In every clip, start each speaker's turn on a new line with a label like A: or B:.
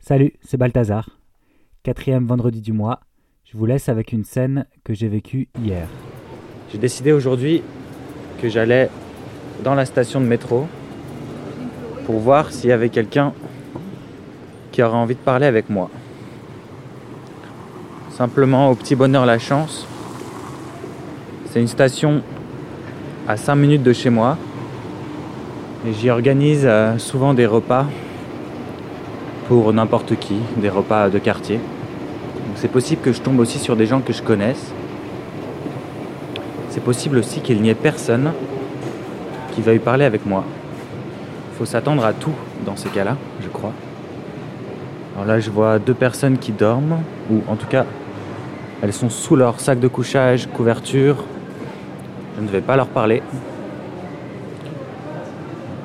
A: Salut, c'est Balthazar. Quatrième vendredi du mois, je vous laisse avec une scène que j'ai vécue hier.
B: J'ai décidé aujourd'hui que j'allais dans la station de métro pour voir s'il y avait quelqu'un qui aurait envie de parler avec moi. Simplement, au petit bonheur, la chance. C'est une station à 5 minutes de chez moi et j'y organise euh, souvent des repas pour n'importe qui, des repas de quartier. Donc c'est possible que je tombe aussi sur des gens que je connaisse. C'est possible aussi qu'il n'y ait personne qui veuille parler avec moi. Faut s'attendre à tout dans ces cas-là, je crois. Alors là, je vois deux personnes qui dorment, ou en tout cas, elles sont sous leur sac de couchage, couverture. Je ne vais pas leur parler.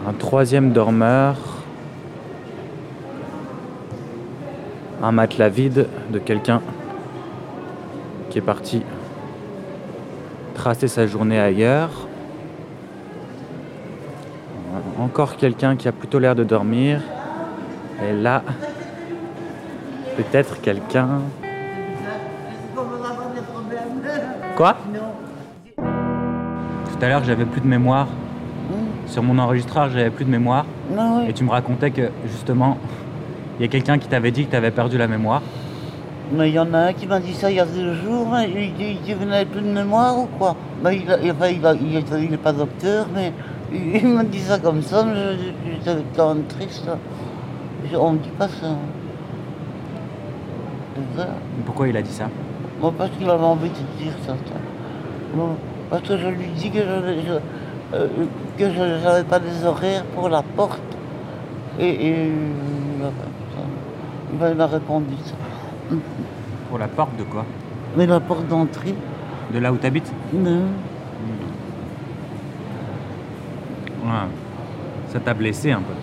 B: Un troisième dormeur. un matelas vide de quelqu'un qui est parti tracer sa journée ailleurs. Encore quelqu'un qui a plutôt l'air de dormir. Et là, peut-être quelqu'un. Quoi Tout à l'heure, j'avais plus de mémoire. Sur mon enregistreur, j'avais plus de mémoire.
C: Non,
B: Et
C: oui.
B: tu me racontais que justement, il y a quelqu'un qui t'avait dit que t'avais perdu la mémoire.
C: Mais il y en a un qui m'a dit ça il y a deux jours, hein. il dit que vous n'avez plus de mémoire ou quoi Bah, il, a- enfin, il, a- il est- il est pas docteur, mais il, il m'a dit ça comme ça, mais je- je- j'étais quand même triste. Je- on me dit pas ça. hein. C'est vrai.
B: Mais Pourquoi il a dit ça
C: Moi, parce qu'il avait envie de dire ça. ça. Moi, parce que je lui dis que je, je- euh, que je n'avais pas des horaires pour la porte. Et, et il a- il m'a- il m'a répondu ça.
B: Pour la porte de quoi
C: Mais la porte d'entrée,
B: De là où t'habites
C: non.
B: Ouais. Ça t'a blessé un peu.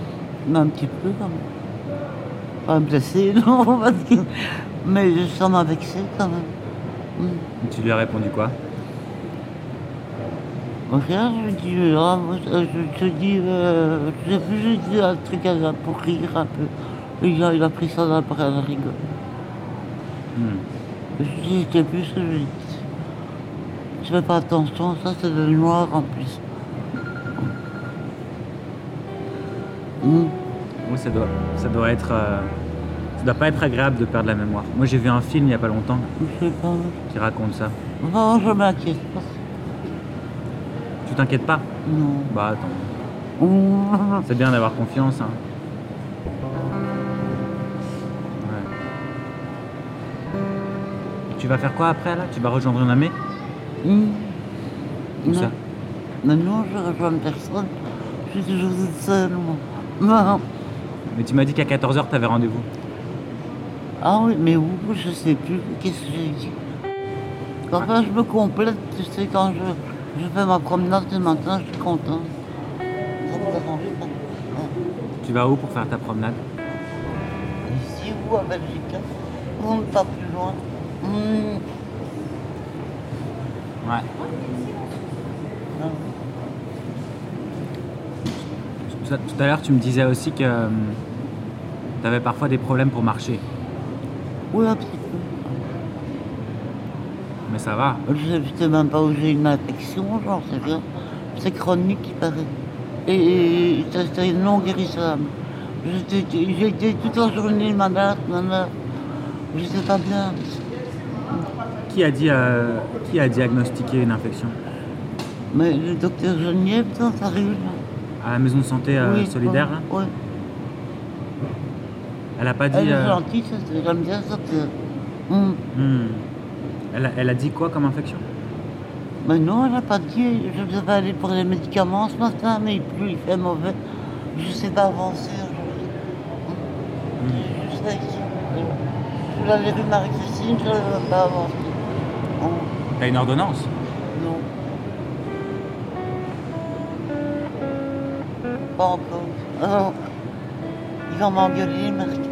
C: Mais un petit peu quand même. Pas blessé, non, parce que... Mais ça m'a vexé quand même. Mm.
B: Et Tu lui as répondu quoi
C: Donc là, je dis, ah, moi, euh, je te dis, euh, je sais plus, je dis un truc à la- pour rire un peu. Et là, il a pris ça dans la par- à la rigole.
B: Hmm.
C: Je dis, je sais plus ce que je dis. Je fais pas attention, ça c'est le noir en plus. Mm.
B: Oui, ça doit, ça doit être. euh, ça doit pas être agréable de perdre la mémoire. Moi, j'ai vu un film il y a pas longtemps
C: Je sais pas.
B: qui raconte ça.
C: Non, je m'inquiète pas.
B: Tu t'inquiètes pas
C: Non.
B: Bah attends,
C: Mm.
B: c'est bien d'avoir confiance. hein. Ouais. Tu vas faire quoi après là Tu vas rejoindre une amie
C: Hmm.
B: Où
C: Non.
B: ça
C: Mais non, je rejoins personne. Je suis toujours toute seule, moi. Bah, Non.
B: Mais tu m'as dit qu'à 14h t'avais rendez-vous.
C: Ah oui, mais où Je sais plus. Qu'est-ce que j'ai dit Enfin, je me complète, tu sais, quand je, je fais ma promenade ce matin, je suis content. Ça me dérange pas. Ah,
B: Tu vas où pour faire ta promenade
C: Ici ou à Belgique hein. On n'est pas plus loin. Hmm.
B: Ouais.
C: Ah.
B: Tout à- tout à l'heure tu me disais aussi que hum, t'avais parfois des problèmes pour marcher.
C: Oui, un petit peu.
B: Mais ça va.
C: Je sais- je sais même pas où j'ai une infection, j'en sais rien. C'est chronique, il paraît. Et, et ça, c'est non guérissable. J'étais- J'étais toute la journée malade, malade. J'étais pas bien.
B: Qui a dit euh, qui a diagnostiqué une infection
C: Mais le docteur Genièvre, ça, ça arrive.
B: À la maison de santé euh,
C: Oui,
B: solidaire là
C: Oui.
B: Elle a pas dit.
C: Elle est
B: euh,
C: gentille, ça, c'est- j'aime bien ça. c'est- Hum.
B: hum, elle, a, elle a dit quoi comme infection
C: Mais non, elle n'a pas dit. Je devais aller pour les médicaments ce matin, mais il pleut, il fait mauvais. Je sais pas avancer aujourd'hui. Je sais que je- Vous l'avez vu, Marie-Christine, je ne veux pas avancer. Oh,
B: T'as une ordonnance
C: non. Pas encore. Alors, il va m'engueuler, Marc.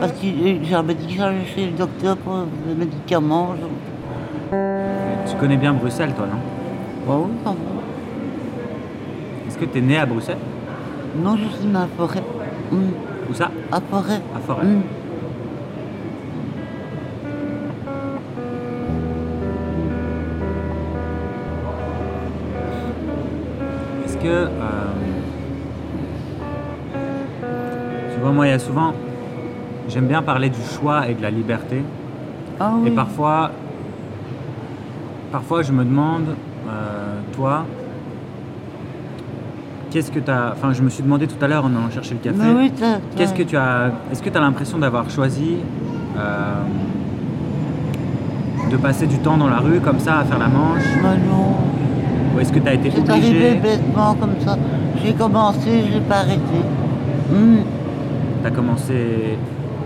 C: Parce que euh, j'avais dit que j'allais chez le docteur pour les médicaments. je-
B: Tu connais bien Bruxelles toi non
C: Bah oui, quand même.
B: Est-ce que t'es né à Bruxelles
C: Non, je suis dans la forêt. Hum,
B: Où ça
C: à forêt.
B: À Forêt.
C: Mm.
B: que. euh, tu vois, moi, il y a souvent. J'aime bien parler du choix et de la liberté.
C: Ah oui.
B: Et parfois, parfois je me demande, euh, toi, qu'est-ce que tu as. Enfin, je me suis demandé tout à l'heure en allant chercher le café.
C: Mais Bah oui, t'as- t'as-
B: Qu'est-ce que tu as Est-ce que tu as l'impression d'avoir choisi euh, de passer du temps dans la rue comme ça à faire la manche
C: Mais non.
B: Ou est-ce que tu as été
C: C'est arrivé
B: obligé
C: bêtement comme ça. J'ai commencé, j'ai pas arrêté. Hmm.
B: Tu as commencé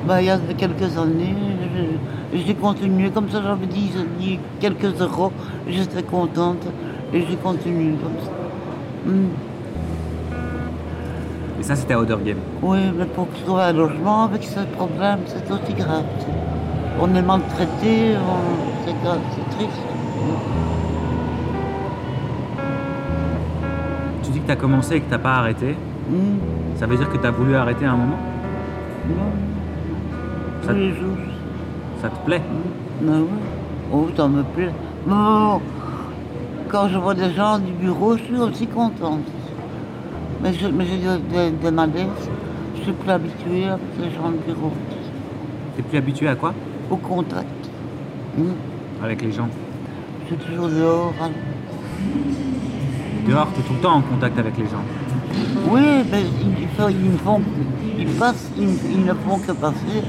C: Bah, il y a quelques années, je- j'ai continué comme ça, j'avais dit, dit quelques euros, j'étais contente et j'ai continué comme ça. Hmm.
B: et ça c'était à Odor Game.
C: Oui, mais pour trouver un logement avec ce problème, c'est aussi grave. On est maltraité, on... c'est grave, c'est triste.
B: Tu dis que tu as commencé et que tu pas arrêté.
C: Hmm.
B: Ça veut dire que tu as voulu arrêter à un moment
C: Non.
B: Ça-
C: Tous les jours.
B: Ça te plaît
C: Mais oui. Oh, ça me plaît. Mais bon, quand je vois des gens du bureau, je suis aussi contente. Mais je- mais j'ai des, des, des malaises. Je suis plus habituée avec les gens du bureau.
B: T'es plus habitué à quoi
C: Au contact. Hmm.
B: Avec les gens.
C: Je suis toujours dehors. hein.
B: Dehors, tu es tout le temps en contact avec les gens.
C: Oui, mais ils, font- ils me font, ils passent, ils, me- ils ne font que passer.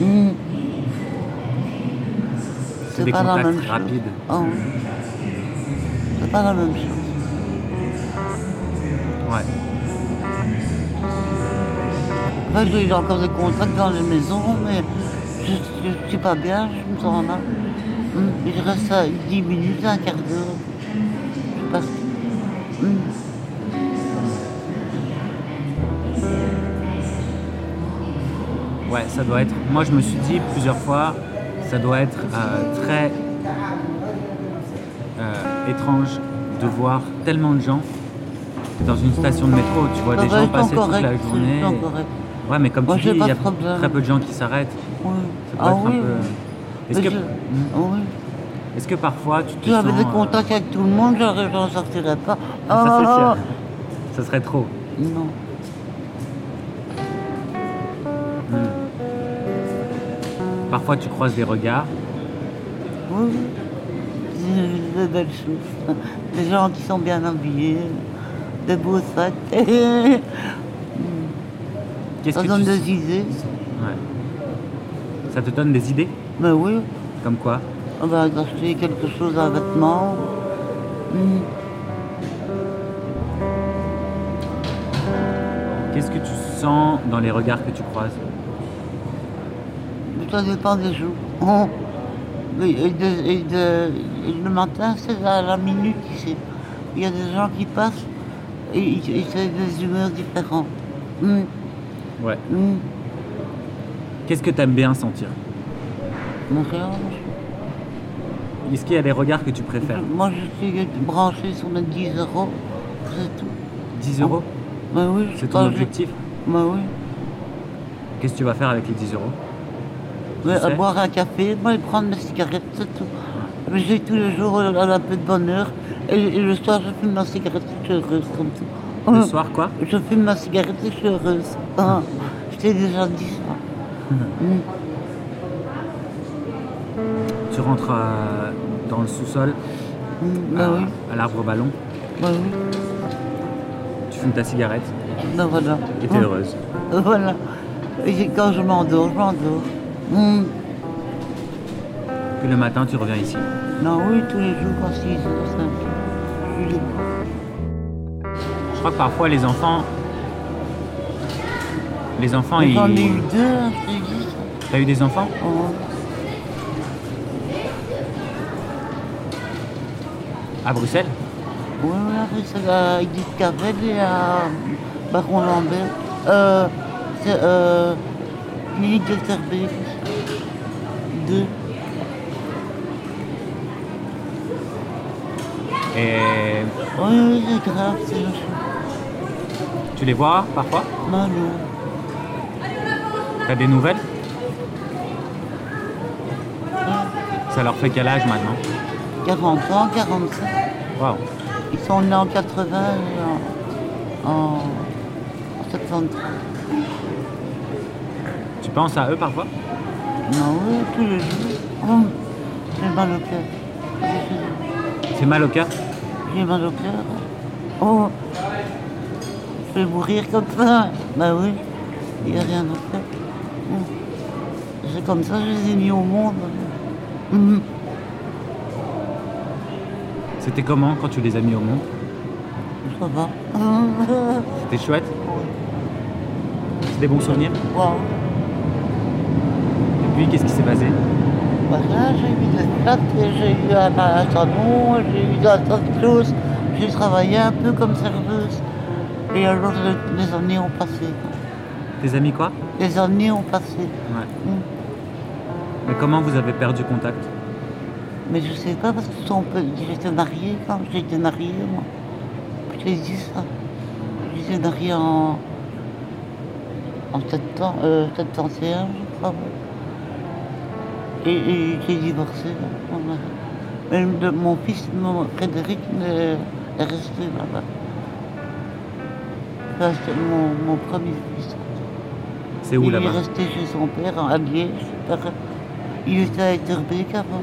C: Hmm.
B: C'est des contacts rapides.
C: chose. Ah oui. C'est pas la même chose.
B: Ouais.
C: Enfin, j'ai eu encore des contacts dans les maisons, mais je ne suis pas bien, je me sens mal. Hmm. Je reste à 10 minutes, un quart d'heure. Je passe. Hmm.
B: Ouais, ça doit être. Moi, je me suis dit plusieurs fois, ça doit être euh, très euh, étrange de voir tellement de gens dans une station de métro. Tu vois
C: Ça
B: des
C: va,
B: gens
C: ils sont
B: passer toute
C: corrects,
B: la
C: ils sont
B: journée.
C: corrects.
B: Ouais, mais comme
C: Moi,
B: tu dis,
C: j'ai
B: il
C: pas
B: y a
C: de problème.
B: très peu de gens qui s'arrêtent.
C: Oui.
B: Ça doit
C: Ah
B: être
C: oui.
B: un peu. Est-ce
C: mais
B: que,
C: je- Ah
B: Hmm.
C: oui.
B: est-ce que parfois tu te
C: Si j'avais
B: sens,
C: des
B: euh,
C: contacts avec tout le monde, j'aurais- j'en sortirais pas.
B: ça, c'est
C: Ah,
B: sûr. ça serait trop.
C: non.
B: Parfois, tu croises des regards.
C: Oui, oui. Des- Des belles choses. Des gens qui sont bien habillés, des beaux sacs.
B: Qu'est-ce
C: Ça
B: que
C: donne
B: tu-
C: des idées.
B: Ouais. Ça te donne des idées
C: Mais oui,
B: Comme quoi
C: on va acheter quelque chose, un vêtement. Hmm.
B: Qu'est-ce que tu sens dans les regards que tu croises
C: Ça dépend des jours. Oh. Mais- Et, de- et de- et le matin, c'est à la minute ici. Il y a des gens qui passent et, ils- ils- c'est des humeurs différentes. Hmm.
B: Ouais.
C: Hmm.
B: Qu'est-ce que tu aimes bien sentir
C: Mon frère,
B: Est-ce qu'il y a des regards que tu préfères
C: Moi, je suis branché sur mes 10 euros, c'est tout.
B: 10 euros
C: Mais oui, je
B: C'est ton
C: parle-
B: objectif
C: Mais oui.
B: Qu'est-ce que tu vas faire avec les 10 euros
C: Mais
B: sais.
C: à boire un café, moi, et prendre mes cigarettes, c'est tout. Mais j'ai tous les jours euh, un peu de bonheur. Et, et le soir, je fume ma cigarette et je suis heureuse comme tout.
B: Le
C: Hum.
B: soir, quoi
C: Je fume ma cigarette et je suis heureuse. Hein. Je t'ai déjà dit ça. Hum.
B: Tu rentres euh, dans le sous-sol,
C: Hum,
B: à,
C: Ben oui,
B: à l'arbre ballon,
C: ben oui.
B: tu fumes ta cigarette
C: Ben voilà.
B: et t'es
C: Hum.
B: heureuse.
C: Voilà. Et j'ai- quand je m'endors, je m'endors. Hum.
B: Puis le matin, tu reviens ici.
C: Non, oui, tous les jours, quand 6 heures, 5 heures. Je suis libre.
B: Je crois que parfois, les enfants... Les enfants, ils...
C: J'en ai eu deux, hein, je t'ai dit.
B: T'as eu des enfants
C: Oh,
B: à Bruxelles
C: Oui, oui, après c'est à Edith Cavell et à Baron Lambert. Euh, c'est euh, Clinique de Serbeck. Deux.
B: Et
C: Oui, oui, c'est grave, c'est le choix.
B: tu les vois parfois
C: Malou.
B: T'as des nouvelles Ça leur fait quel âge maintenant
C: 40 ans, 45.
B: Waouh
C: Ils sont nés en 80 et en euh, en 73.
B: Tu penses à eux parfois
C: Non, oui, tous les jours. Hum, J'ai mal au cœur.
B: C'est mal au cœur
C: J'ai mal au cœur. Oh, je vais mourir comme ça. Bah oui, il n'y a rien à faire. Hum. C'est comme ça que je les ai mis au monde. Hum.
B: C'était comment quand tu les as mis au monde
C: Ça va. Hum.
B: C'était chouette C'est des bons souvenirs
C: Wow.
B: Et puis qu'est-ce qui s'est passé
C: Voilà, Bah, j'ai eu des plates, j'ai eu un, un salon, j'ai eu un tas de choses. J'ai travaillé un peu comme serveuse. Et alors, le- les années ont passé.
B: Tes amis quoi
C: Les années ont passé.
B: Ouais.
C: Mm.
B: Et comment vous avez perdu contact
C: Mais je sais pas parce que son pe- j'étais mariée quand j'étais mariée, moi. Je t'ai dit ça. J'étais mariée en. en 70, euh, 71, je crois. ouais. Et, et j'ai divorcé. là, mon mari. Même de- mon fils, mon Frédéric, ne- est resté là-bas. Ça, c'est mon, mon premier fils.
B: C'est où
C: il est
B: là-bas
C: resté chez son père, en Allier. Il était à Etterbeek avant.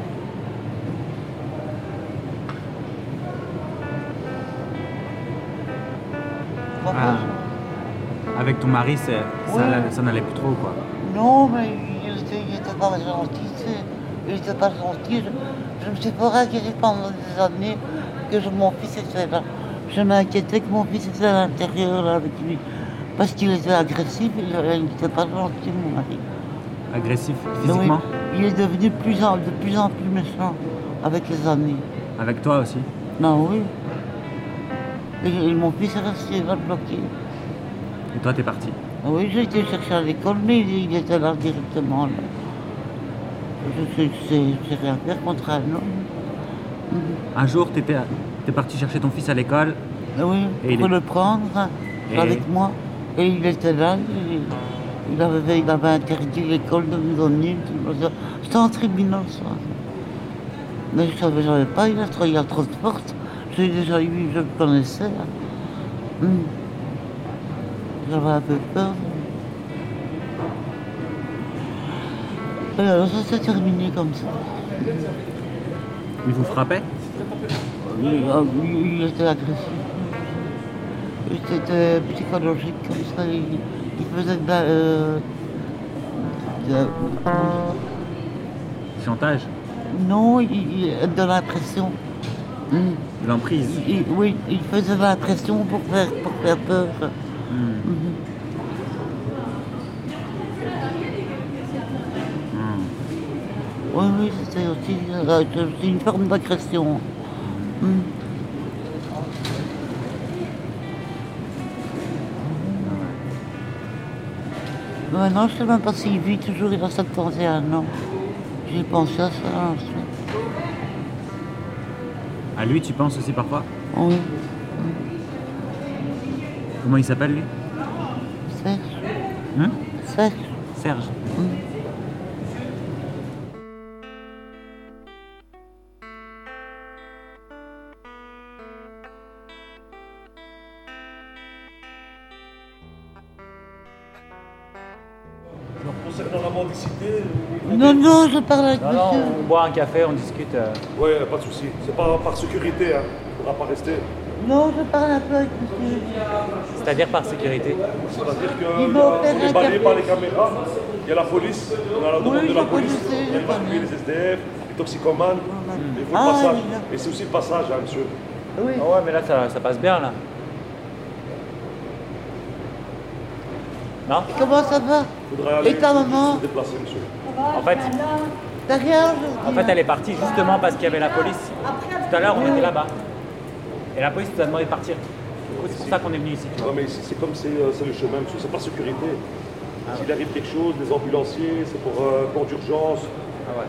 B: Ah. Avec ton mari, c'est-
C: Ouais.
B: ça, allait- ça n'allait plus trop quoi.
C: Non, mais il était, il était pas gentil, tu sais. Il était pas gentil. Je, je me suis pas inquiétée pendant des années que je- mon fils était là. Je m'inquiétais que mon fils était à l'intérieur là, avec lui. Parce qu'il était agressif, il il n'était pas gentil, mon mari.
B: Agressif
C: Donc,
B: physiquement
C: il, il est devenu plus en- de plus en plus méchant avec les années.
B: Avec toi aussi
C: Non, oui. Et, et mon fils est resté là bloqué.
B: Et toi, t'es parti
C: Ah Oui, j'ai été chercher à l'école, mais il, il était là directement. Là. Je sais que c'est c'est rien faire contre un homme.
B: Un jour, t'étais à- t'es parti chercher ton fils à l'école.
C: Ah Oui,
B: Et il
C: pour
B: est-
C: le prendre hein,
B: Et-
C: avec moi. Et il était là, il, il avait, il avait interdit l'école de me donner. tout ça. C'était en tribunal, ça. Mais je savais j'avais pas, il a, trop- il a trop de force. J'ai déjà eu, je le connaissais. hein. Hum. J'avais un peu peur. Et alors ça s'est terminé comme ça.
B: Il vous frappait
C: Il, ah, il- il était agressif. Il était psychologique comme ça. Il, il faisait de la. euh, de-
B: Chantage
C: non, il, il- de la pression. Mm.
B: De l'emprise
C: Il- il- oui, il faisait de la pression pour faire, pour faire peur.
B: Hmm.
C: Mhm.
B: Hmm.
C: Oui, oui, c'était aussi, euh, c'est aussi une forme d'agression. Mm. Maintenant, je ne sais même pas s'il vit toujours, il a 71 ans. J'ai pensé à ça. un jour.
B: À lui, tu penses aussi parfois
C: Oui,
B: Comment il s'appelle lui
C: Serge,
B: Hmm
C: Serge.
B: Serge.
D: Alors, concernant la mendicité, euh, on-
C: Non, non, je parle avec
B: Non, non,
C: monsieur.
B: on boit un café, on discute. euh.
D: ouais, pas de souci. C'est pas par sécurité, hein. Faudra pas rester.
C: Non, je parle un peu avec monsieur.
B: C'est-à-dire par sécurité.
D: C'est-à-dire que euh,
C: Ils
D: il y
C: m'ont
D: a-
C: offert
D: on
C: un
D: est balayé
C: café.
D: par les caméras. Il y a la police. On a la demande
C: Oui,
D: de la
C: je
D: police.
C: connaissais,
D: Il y a
C: je
D: les marqués,
C: connais.
D: les SDF, les toxicomanes. Il faut
C: Ah,
D: le passage.
C: oui, là.
D: Et c'est aussi le passage, hein, monsieur.
C: Oui.
B: Ah ouais, mais là, ça, ça passe bien, là. Non
C: Comment ça va
D: Faudra aller
C: Et ta maman
D: se déplacer, monsieur.
B: En fait,
C: T'as rien aujourd'hui
B: en fait, elle est partie justement parce qu'il y avait la police. Tout à l'heure, on était là-bas. Et la police nous a demandé de partir. Du coup, C'est pour ça qu'on est venu ici, tu vois.
D: Non, mais ici, c'est comme c'est euh, c'est le chemin, monsieur. C'est par sécurité. S'il arrive quelque chose, les ambulanciers, c'est pour euh, plan d'urgence.
B: Ah ouais.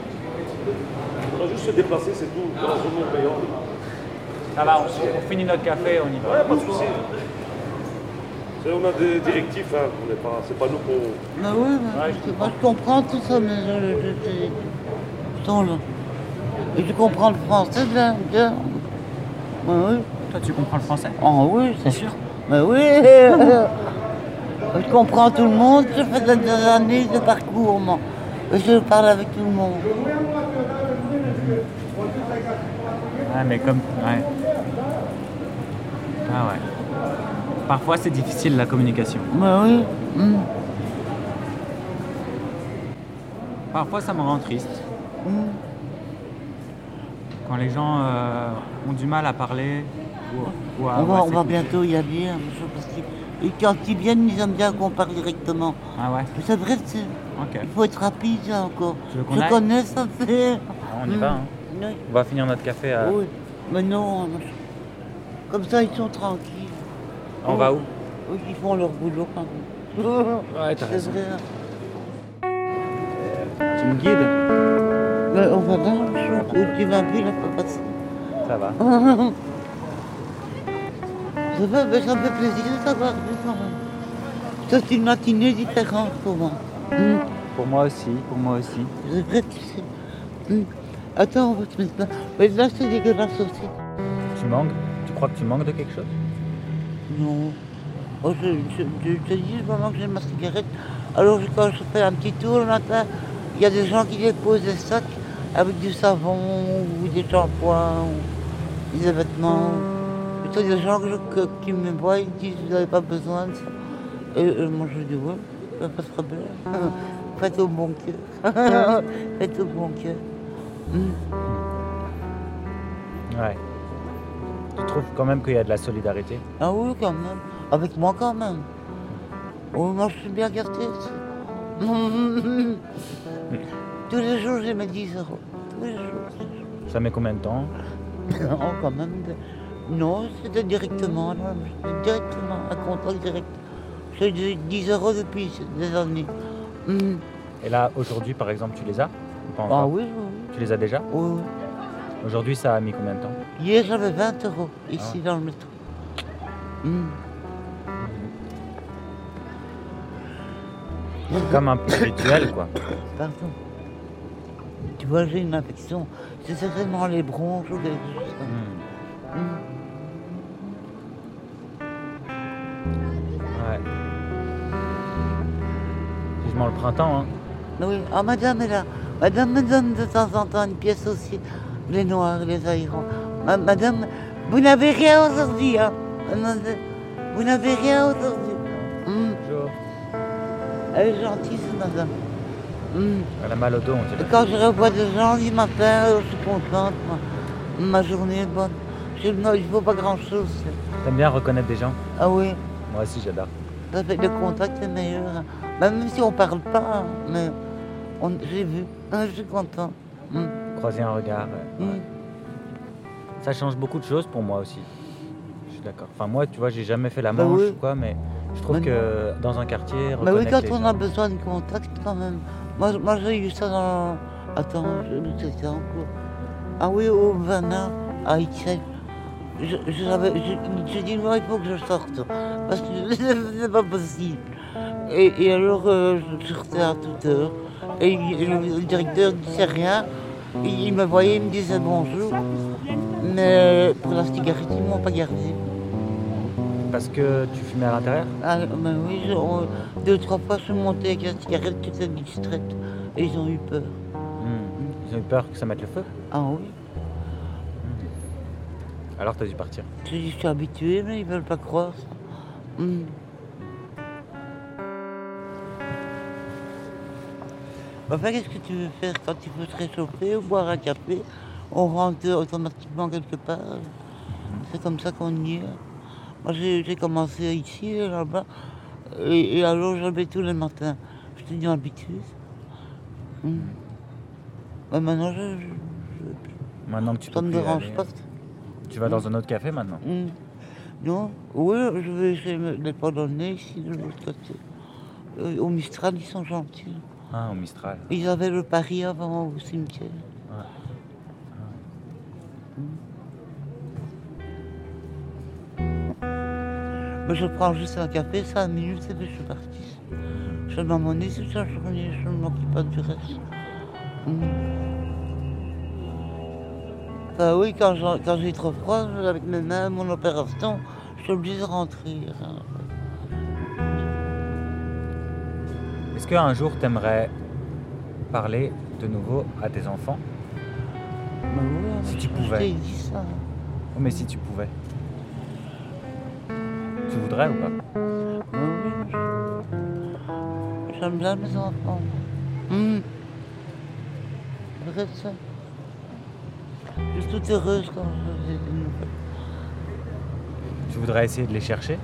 D: Faudra juste se déplacer, c'est tout. Dans un monde payant.
B: Ça va, on, on finit notre café, on y va.
D: Ouais, pas de souci. C'est- On a des directives, hein. On n'est pas, c'est pas nous qu'on.
C: Mais Bah oui, mais
B: Ouais,
C: je, sais pas, je comprends tout ça, mais je, je, je- je- sont là. Et je comprends le français de la. de- Ah oui,
B: Toi, tu comprends le français
C: ah oui, c'est
B: sûr
C: Mais oui, euh, je comprends tout le monde, je fais des années de parcours, moi. Et Je parle avec tout le monde.
B: Ah, mais comme. Ouais. Ah ouais. Parfois, c'est difficile la communication.
C: Mais oui, hum,
B: Parfois, ça me rend triste.
C: hum.
B: Quand les gens euh, ont du mal à parler ou, ou à.
C: on, va,
B: ou à
C: on va
B: s'écouter.
C: bientôt y aller. hein, je pense que- Et quand ils viennent, ils aiment bien qu'on parle directement.
B: Ah ouais,
C: Mais C'est vrai, c'est-
B: ok.
C: il faut être rapide là, encore.
B: Tu veux qu'on
C: Je
B: aille
C: connais ça fait. Hmm.
B: Ah, On y va, hein. Euh.
C: Oui,
B: On va finir notre café. à-
C: oui. Mais non, je- comme ça ils sont tranquilles.
B: On va où
C: Oui, ils font leur boulot quand même.
B: Ouais, t'as
C: C'est vrai. hein.
B: Tu me guides
C: Mais Ben, on va dans le jour où tu m'as vu la pas passer.
B: Ça va.
C: Ça va, ben, ça me fait plaisir de t'avoir vu quand même. Ça, c'est une matinée différente pour moi. Hmm,
B: Pour moi aussi, pour moi aussi.
C: C'est vrai, tu sais. Hmm. Attends, on va se mettre là. Mais là, c'est dégueulasse aussi.
B: Tu manques Tu crois que tu manques de quelque chose
C: Non. Oh, je, je, je te dis vraiment que j'ai ma cigarette. Alors je- quand je fais un petit tour le matin, il y a des gens qui déposent des sacs avec du savon ou des shampoings ou des vêtements. Et c'est des gens que je- que- qui me voient ils disent vous n'avez pas besoin de ça. Et, euh, moi je dis oui, pas de problème. Faites au bon cœur. Faites au bon cœur.
B: Ouais. Tu trouves quand même qu'il y a de la solidarité
C: Ah oui, quand même. Avec moi, quand même. Oui, moi, je suis bien gâté. Tous les jours, j'ai mes 10 euros. Tous les jours.
B: Ça met combien de temps
C: Non, quand même. de- Non, c'était directement. là, Directement, à contact direct. J'ai des 10 euros depuis des années. Hum.
B: Et là, aujourd'hui, par exemple, tu les as Ou Pas
C: Ah
B: encore.
C: oui, oui,
B: Tu les as déjà
C: oui. oui.
B: Aujourd'hui, ça a mis combien de temps
C: Hier, j'avais 20 euros, ici, dans le métro. Hum.
B: Comme un petit rituel, quoi.
C: Pardon. Tu vois, j'ai une infection. C'est certainement les bronches ou quelque chose comme
B: Hmm.
C: ça. Mm.
B: Ouais. Vivement le printemps, hein.
C: Oui, ah, madame est là. Madame me donne de temps en temps une pièce aussi. Les noirs, les aérons. Ma- madame, vous n'avez rien aujourd'hui, hein. Mademoiselle, Vous n'avez rien aujourd'hui. Mm.
B: Bonjour.
C: Elle est gentille, cette madame. Mm.
B: Elle a mal au dos, on
C: Et
B: dirait.
C: Quand je revois des gens, ils m'appellent, je suis contente. moi. Ma journée est bonne. Je, non, il ne faut pas grand-chose.
B: T'aimes bien reconnaître des gens
C: Ah oui.
B: Moi aussi, j'adore.
C: Ça fait- Bah, le contact est meilleur. hein. Même si on parle pas, hein, mais on- j'ai vu. Hein, je suis content. Mm,
B: Croiser un regard. euh, ouais.
C: mm.
B: Ça change beaucoup de choses pour moi aussi. Je suis d'accord. Enfin, moi, tu vois, j'ai jamais fait la
C: Bah
B: manche
C: oui.
B: ou quoi, mais je trouve
C: Bah
B: que dans un quartier,
C: Mais oui,
B: reconnaître
C: quand
B: les
C: on
B: gens-
C: a besoin de contact, quand même. Moi, je- moi, j'ai eu ça dans. Attends, je me sais ça encore. Ah oui, au Vana, à Ixelles. Je, je, savais- je- j'ai dit, moi, il faut que je sorte. Parce que c'est pas possible. Et, et alors, euh, je sortais à toute heure. Et il- le, le directeur ne disait rien. Il, il me voyait, il me disait bonjour. Mais pour la cigarette, ils m'ont pas gardé.
B: Parce que tu fumais à l'intérieur
C: Ah, ben oui, je- on- deux, trois fois, je suis montée avec la cigarette toute la distraite. Et ils ont eu peur.
B: Hmm. Ils ont eu peur que ça mette le feu.
C: Ah oui
B: Alors, t'as dû partir.
C: Je dis, je suis habituée, mais ils veulent pas croire ça. Hum. Enfin, qu'est-ce que tu veux faire quand il faut se réchauffer ou boire un café On rentre automatiquement quelque part. C'est comme ça qu'on y est. Moi, j'ai j'ai commencé ici, là-bas, et, et alors j'avais tous les matins. Je t'ai dit habituée. Hum. Ouais, maintenant, je, je-
B: Maintenant que tu
C: ça
B: peux
C: me
B: plus y
C: dérange
B: aller, hein.
C: pas.
B: Tu vas dans un autre café maintenant
C: Mm. Non, oui, je vais chez me- les Polonais ici de l'autre côté. Euh, Au Mistral, ils sont gentils.
B: Ah, au Mistral.
C: Ils avaient le pari avant au cimetière. Mm. Mais je prends juste un café, cinq minutes et puis je suis partie. Je m'amuse toute la journée, je ne m'occupe pas du reste.
B: Hmm.
C: Mm. Bah oui, quand j'en- quand j'ai trop froid, avec mes mains, mon opération, Je suis obligée de rentrer.
B: Bah Est-ce qu'un jour t'aimerais parler de nouveau à tes enfants Si tu
C: Je
B: pouvais.
C: t'ai dit ça.
B: Oh, mais si tu pouvais. Tu voudrais ou pas
C: Mais Ah oui, je- J'aime bien mes enfants. Hmm. Regarde ça. Je suis toute heureuse quand je les ai des nouvelles.
B: Tu voudrais essayer de les chercher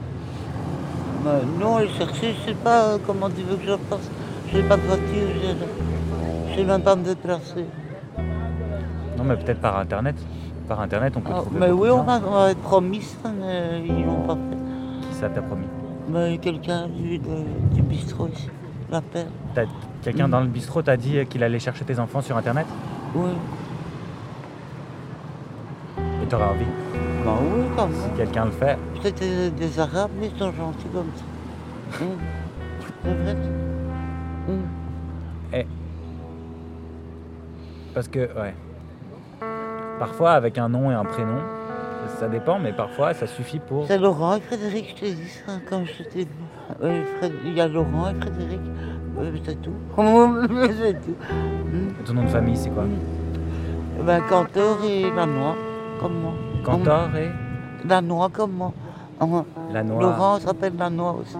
C: Bah, non, et chercher, je sais pas euh, comment tu veux que je fasse. J'ai pas de voiture, j'ai- je sais même pas me déplacer.
B: Non, mais peut-être par internet. Par internet, on peut
C: Ah,
B: trouver.
C: mais
B: beaucoup
C: oui,
B: de
C: on
B: gens.
C: m'a on m'avait promis ça, mais ils l'ont pas fait.
B: Qui ça t'a promis
C: Mais quelqu'un lui, de- du bistrot ici, la perle.
B: T'as- Quelqu'un dans le bistrot t'a dit qu'il allait chercher tes enfants sur internet
C: Oui.
B: Et t'aurais envie.
C: Bah oui, quand
B: Si
C: même.
B: quelqu'un le fait,
C: Peut-être des, des Arabes, mais ils sont gentils comme ça. Hum. C'est vrai. Hum.
B: parce que, ouais. Parfois, avec un nom et un prénom, ça dépend, mais parfois, ça suffit pour.
C: C'est Laurent et Frédéric, je t'ai dit ça hein, quand je t'ai dit. Oui, Fred- Il y a Laurent et Frédéric, Euh, c'est tout. c'est tout.
B: Ton nom de famille, c'est quoi
C: Eh Ben, Cantor et Lanois, comme moi. Hein,
B: Cantor et
C: Lanois comme moi. Hum.
B: la noire.
C: Laurent s'appelle Lanois aussi.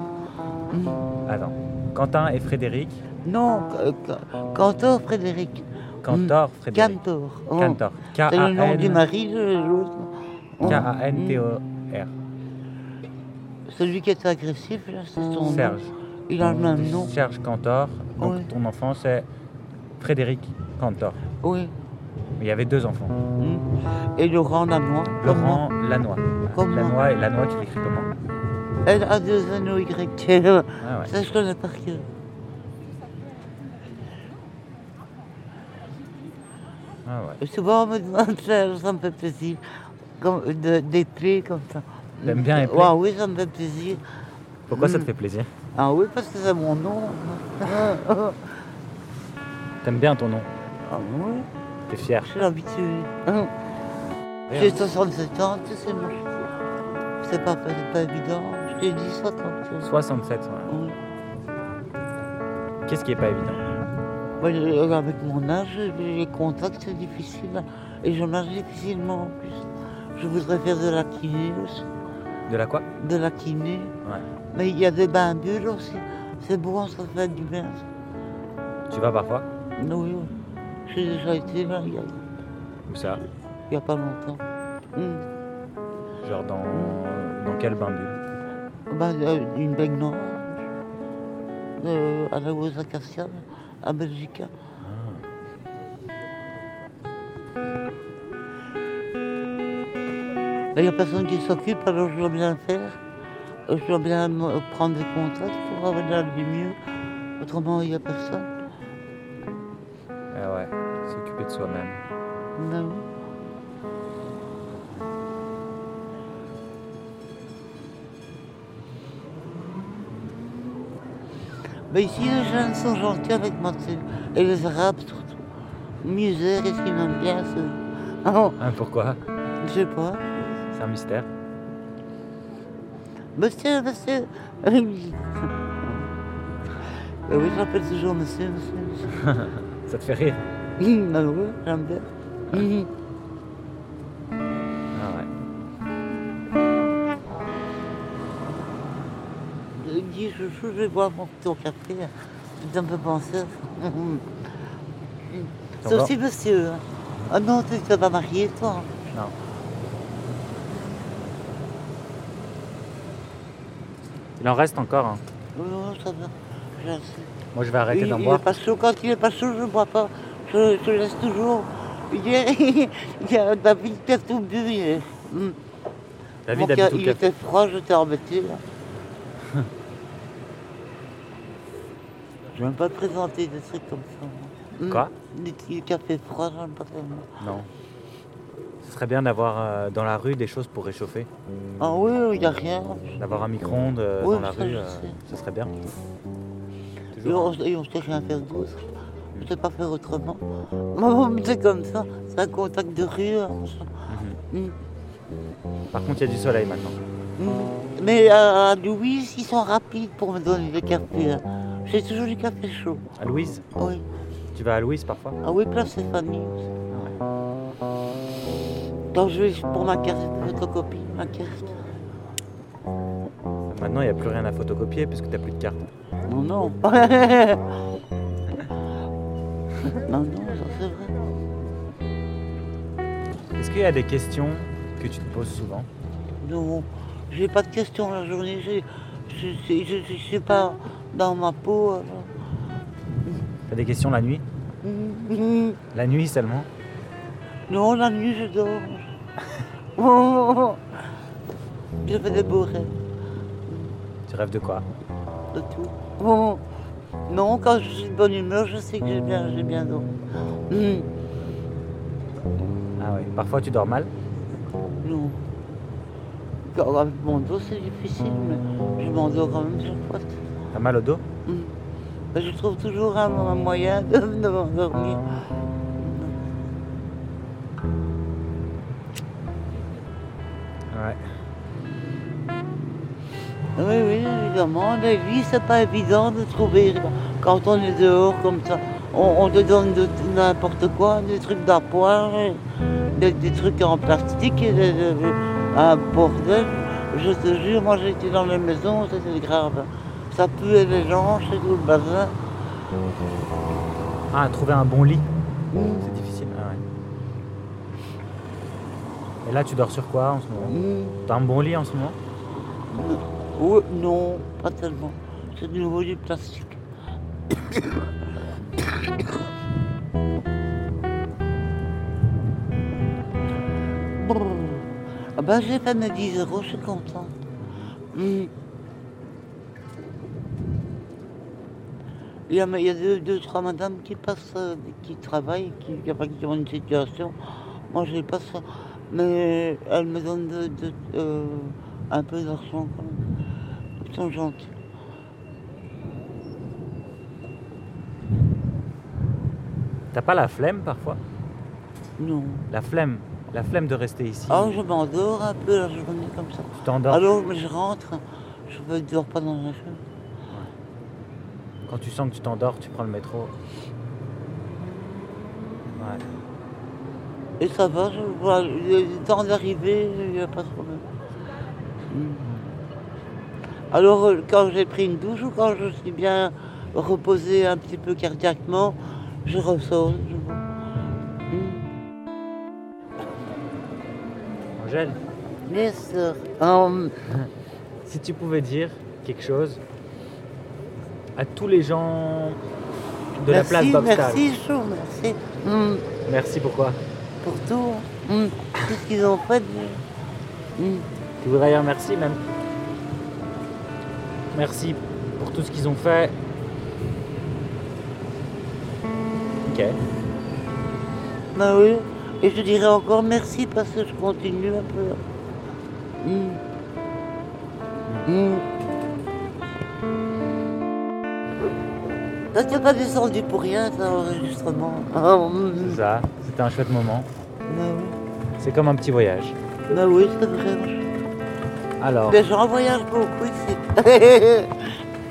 C: Hum.
B: Attends. Quentin et Frédéric.
C: Non, euh, Ca- Cantor Frédéric. Hein,
B: Cantor, Frédéric.
C: Cantor. Hum.
B: Cantor.
C: C'est le nom du
B: K-A-N-
C: mari de l'autre. Hum.
B: K-A-N-T-O-R.
C: Celui qui est agressif, là, c'est son
B: Serge.
C: nom. Il a le même Mm. nom.
B: Serge Cantor. Donc
C: Oui.
B: ton enfant, c'est Frédéric Cantor.
C: Oui.
B: Mais il y avait deux enfants.
C: Hmm. Et Laurent Lanois. Laurent.
B: Laurent Lanois.
C: Comment
B: Lanois et Lanois, tu l'écris comment
C: Elle a deux anneaux Y.
B: ah ouais.
C: Ça, je connais par cœur.
B: Ah ouais.
C: Et souvent, on me demande ça, ça me fait plaisir. Comme, de, des plaies comme ça.
B: T'aimes bien les plaies
C: Ah oui, ça me fait plaisir.
B: Pourquoi ça te fait plaisir
C: Ah oui, parce que c'est mon nom. ah
B: T'aimes bien ton nom.
C: oui,
B: T'es fier.
C: je suis habituée. Hein. J'ai 67 ans, tu sais, moi. je- C'est pas, c'est pas évident. Je t'ai dit 60 ans.
B: 67. ouais.
C: Oui.
B: Qu'est-ce qui est pas évident
C: Moi, je- avec mon âge, les contacts, c'est difficile. Et je marche difficilement en plus. Je voudrais faire de la kiné aussi.
B: De la quoi
C: De la kiné.
B: Ouais.
C: Mais il y a des bains bulles aussi. C'est bon, ça fait du bien. ça.
B: Tu vas parfois
C: Oui, oui. J'ai déjà été là il n'y a, il
B: Où ça
C: y a pas longtemps. Hum.
B: Genre dans, dans quel bain bulle
C: Ben, euh, une baignante euh, à la Rose Acacia, à Belgique. Il n'y a personne qui s'occupe, alors je dois bien faire. Euh, Je dois bien me- prendre des contacts pour avoir du mieux. Autrement, il n'y a personne.
B: Ah ouais. S'occuper de soi-même.
C: Ben oui. Mais ici, les jeunes sont gentils avec moi, tu sais. et les Arabes surtout. Misère, est-ce qu'ils m'aiment bien ce- Ah bon,
B: Hein, pourquoi
C: Je sais pas.
B: C'est un mystère.
C: Monsieur, monsieur. Oui, Euh, oui j'appelle toujours monsieur, monsieur, monsieur.
B: Ça te fait rire
C: Hum, ah oui, j'aime bien. Hum,
B: Ah ouais.
C: Il dit, chouchou, je vais boire mon ton café. C'est hein. un peu penseur. Hum.
B: T'en
C: C'est
B: vas
C: aussi monsieur. hein. Ah non, tu t'es pas marié, toi. hein.
B: Non. Il en reste encore. hein.
C: Non, non, ça va. Je sais.
B: Moi, je vais arrêter
C: il,
B: d'en
C: il
B: boire.
C: est pas chaud. Quand il est pas chaud, je ne bois pas. Je, je laisse toujours. Hier, il y a David qui a tout bu. hier. Hum.
B: David
C: Mon ca-
B: habite au
C: il
B: café.
C: était froid, j'étais embêté. Là. je n'aime pas présenter des trucs comme ça. moi. Hum.
B: Quoi
C: Des petits cafés froids, j'aime pas tellement.
B: Non. Ce serait bien d'avoir euh, dans la rue des choses pour réchauffer.
C: Ah oui, il n'y a rien.
B: D'avoir un micro-ondes euh,
C: Oui,
B: dans la
C: ça,
B: rue,
C: je
B: euh,
C: sais.
B: ce serait bien.
C: Et
B: Toujours.
C: on, et on sait rien faire d'autre. On ne sait pas faire autrement. Maman me dit comme ça, c'est un contact de rue. hein.
B: Par contre, il y a du soleil maintenant.
C: Mm, Mais à Louise, ils sont rapides pour me donner le café. hein. J'ai toujours du café chaud. Ah
B: À Louise
C: Oui.
B: Tu vas à Louise parfois
C: Ah oui, place Stéphanie. Quand je vais pour ma carte de photocopie, ma carte.
B: Maintenant, il n'y a plus rien à photocopier puisque t'as plus de carte.
C: Non, non. non, non, ça, c'est vrai.
B: Est-ce qu'il y a des questions que tu te poses souvent
C: Non, j'ai pas de questions la journée. j'ai- Je je- je- je suis pas dans ma peau. alors.
B: T'as des questions la nuit
C: Mhm.
B: La nuit seulement
C: Non, la nuit, je dors. Oh, je fais des beaux rêves
B: Tu rêves de quoi
C: de tout. Oh, Non, quand je suis de bonne humeur, je sais que j'ai bien, j'ai bien dormi. Mhm.
B: Ah oui. Parfois, tu dors mal
C: Non. Quand- Avec mon dos, c'est difficile, mais je m'endors quand même chaque fois.
B: T'as mal au dos
C: Mhm. Je trouve toujours un, un moyen de, de m'endormir.
B: Ouais.
C: Oui, oui, évidemment. La vie, c'est pas évident de trouver. Quand on est dehors comme ça, on, on te donne de, de n'importe quoi, des trucs d'appoint, des, des trucs en plastique, et des- des- des- un bordel. Je te jure, moi j'étais dans les maisons, c'était grave. Ça puait les gens, c'est tout le bazar.
B: Ah, trouver un bon lit,
C: Mm,
B: c'est difficile. Ah ouais. Et là, tu dors sur quoi en ce moment
C: mm.
B: T'as un bon lit en ce moment
C: Oui, Oh, non, pas tellement. C'est du nouveau du plastique. Brrr. Ah ben j'ai fait mes 10 euros, je suis contente. Hmm. Il y a, il y a deux, deux, trois madames qui passent, euh, qui travaillent, qui, qui enfin, qui ont une situation. Moi, je pas ça. Mais elles me donnent de, de- euh, un peu d'argent quand même. Elles sont gentilles.
B: T'as pas la flemme parfois
C: Non.
B: La flemme La flemme de rester ici
C: Ah, je m'endors un peu la journée comme ça.
B: Tu t'endors
C: Alors, mais je rentre. Je ne dors pas dans la chambre.
B: Quand tu sens que tu t'endors, tu prends le métro. Ouais.
C: Et ça va, je vois, le temps d'arriver, il n'y a pas de problème. Mm. Alors, euh, quand j'ai pris une douche ou quand je suis bien reposé un petit peu cardiaquement, je ressors. je vois. Mm.
B: Angèle,
C: Yes, sir. Um,
B: si tu pouvais dire quelque chose à tous les gens de
C: merci,
B: la place Bobstal.
C: Merci, Chou, merci. Mm,
B: Merci pourquoi
C: pour tout. Mm, tout ce qu'ils ont fait. Mm.
B: Tu voudrais dire merci même. Merci pour tout ce qu'ils ont fait. Ok.
C: Ben oui. Et je dirais encore merci parce que je continue un peu. Mm. Mm. Ça, t'es pas descendu pour rien, ça, enregistrement. Ah, mm.
B: C'est ça. C'était un chouette moment.
C: Ben oui,
B: C'est comme un petit voyage.
C: Ben oui, c'est vrai. Bah,
B: Alors,
C: Les gens voyagent beaucoup ici. c'est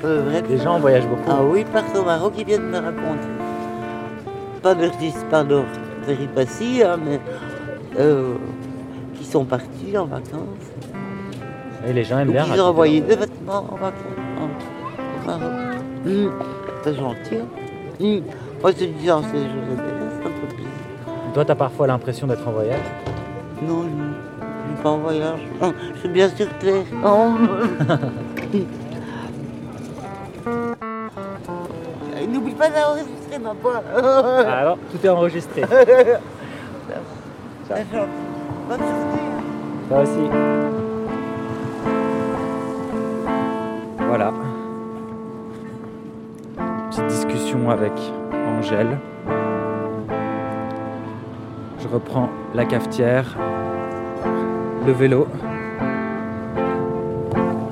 C: vrai.
B: les gens voyagent beaucoup.
C: Ah oui, partent au Maroc, ils viennent me raconter. Pas leurs, dis- pas leurs péripéties, hein, mais euh, qui sont partis en vacances.
B: Et les gens aiment
C: Ou
B: bien.
C: qu'ils ont
B: raconter
C: envoyé
B: leur-
C: des vêtements en vacances. en- au Maroc. Hum, C'est gentil. hein. Hum, Moi, je dis, ah, c'est je c'est un peu plaisir.
B: Toi, t'as parfois l'impression d'être en voyage.
C: Non, je je suis pas en voyage. Hum, Je suis bien sûr claire. Hum. Et N'oublie pas d'enregistrer ma voix.
B: Ah, Alors, tout est enregistré.
C: C'est gentil. Bonne journée. hein.
B: Toi aussi. Voilà. Petite discussion avec Angèle. Je reprends la cafetière, le vélo.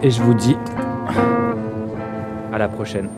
B: Et je vous dis à la prochaine.